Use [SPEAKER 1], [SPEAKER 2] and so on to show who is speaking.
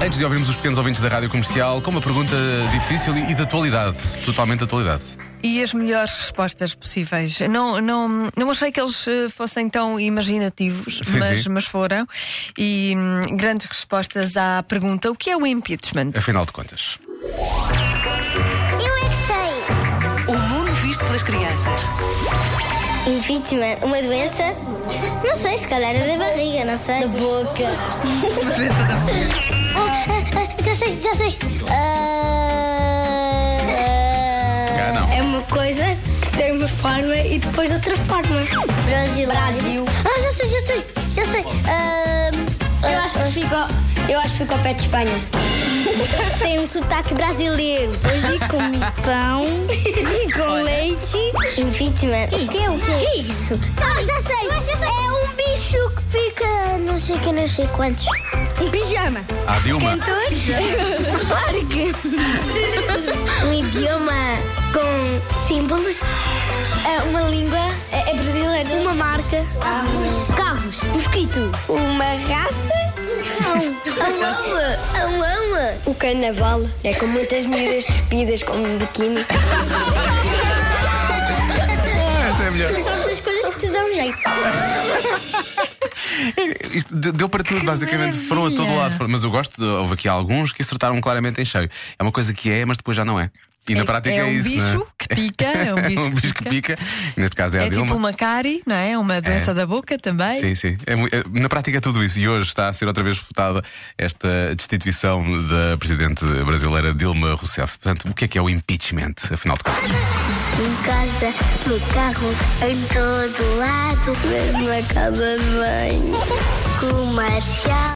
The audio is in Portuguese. [SPEAKER 1] Antes de ouvirmos os pequenos ouvintes da rádio comercial, com uma pergunta difícil e e de atualidade, totalmente de atualidade.
[SPEAKER 2] E as melhores respostas possíveis. Não, não, não achei que eles eh, fossem tão imaginativos,
[SPEAKER 1] Sim,
[SPEAKER 2] mas,
[SPEAKER 1] sim.
[SPEAKER 2] mas foram. E hum, grandes respostas à pergunta: o que é o impeachment?
[SPEAKER 1] Afinal de contas.
[SPEAKER 3] Eu é que
[SPEAKER 4] O mundo visto pelas crianças.
[SPEAKER 3] sei. Impeachment, uma doença? Não sei, se calhar é da barriga, não sei. Da boca. Ah, ah, ah, já sei, já sei. Ah,
[SPEAKER 1] Cá não.
[SPEAKER 3] É uma coisa que tem uma forma e depois outra forma. Brasil. Brasil. Ah, já sei, já sei, já sei. Ah, eu acho que fico. Eu acho que fico ao pé de Espanha. Tem um sotaque brasileiro. Hoje comi pão com leite. Impeachment. O que é o que é isso? Ah, já sei. É um bicho que fica não sei que, não sei quantos. Um pijama.
[SPEAKER 1] Há Dilma.
[SPEAKER 3] Cantor? Parque. Um idioma com símbolos. É uma língua é brasileira. Uma marca. Carros. Carros. Mosquito. Uma raça. A lama. A lama. O carnaval. É com muitas medidas despidas, como um biquíni.
[SPEAKER 2] Ah,
[SPEAKER 1] Esta é a melhor.
[SPEAKER 3] Tu sabes as coisas que te dão jeito.
[SPEAKER 1] Isto de- deu para tudo, basicamente.
[SPEAKER 2] maravilha.
[SPEAKER 1] Foram a todo lado. foram- Mas eu gosto, de- houve aqui alguns que acertaram claramente em cheio. É uma coisa que é, mas depois já não é. E na
[SPEAKER 2] É-
[SPEAKER 1] prática é,
[SPEAKER 2] é um
[SPEAKER 1] isso.
[SPEAKER 2] bicho
[SPEAKER 1] não é?
[SPEAKER 2] que pica, é um bicho que
[SPEAKER 1] que pica. Neste caso é, a
[SPEAKER 2] É
[SPEAKER 1] Dilma.
[SPEAKER 2] tipo uma cárie, não é? Uma doença da boca também.
[SPEAKER 1] Sim, sim. É mu- é- na prática é tudo isso. E hoje está a ser outra vez votada esta destituição da presidente brasileira Dilma Rousseff. Portanto, o que é que é o impeachment, afinal de contas?
[SPEAKER 3] Em casa, no carro, em todo lado. Mesmo na casa de banho. Com o machado.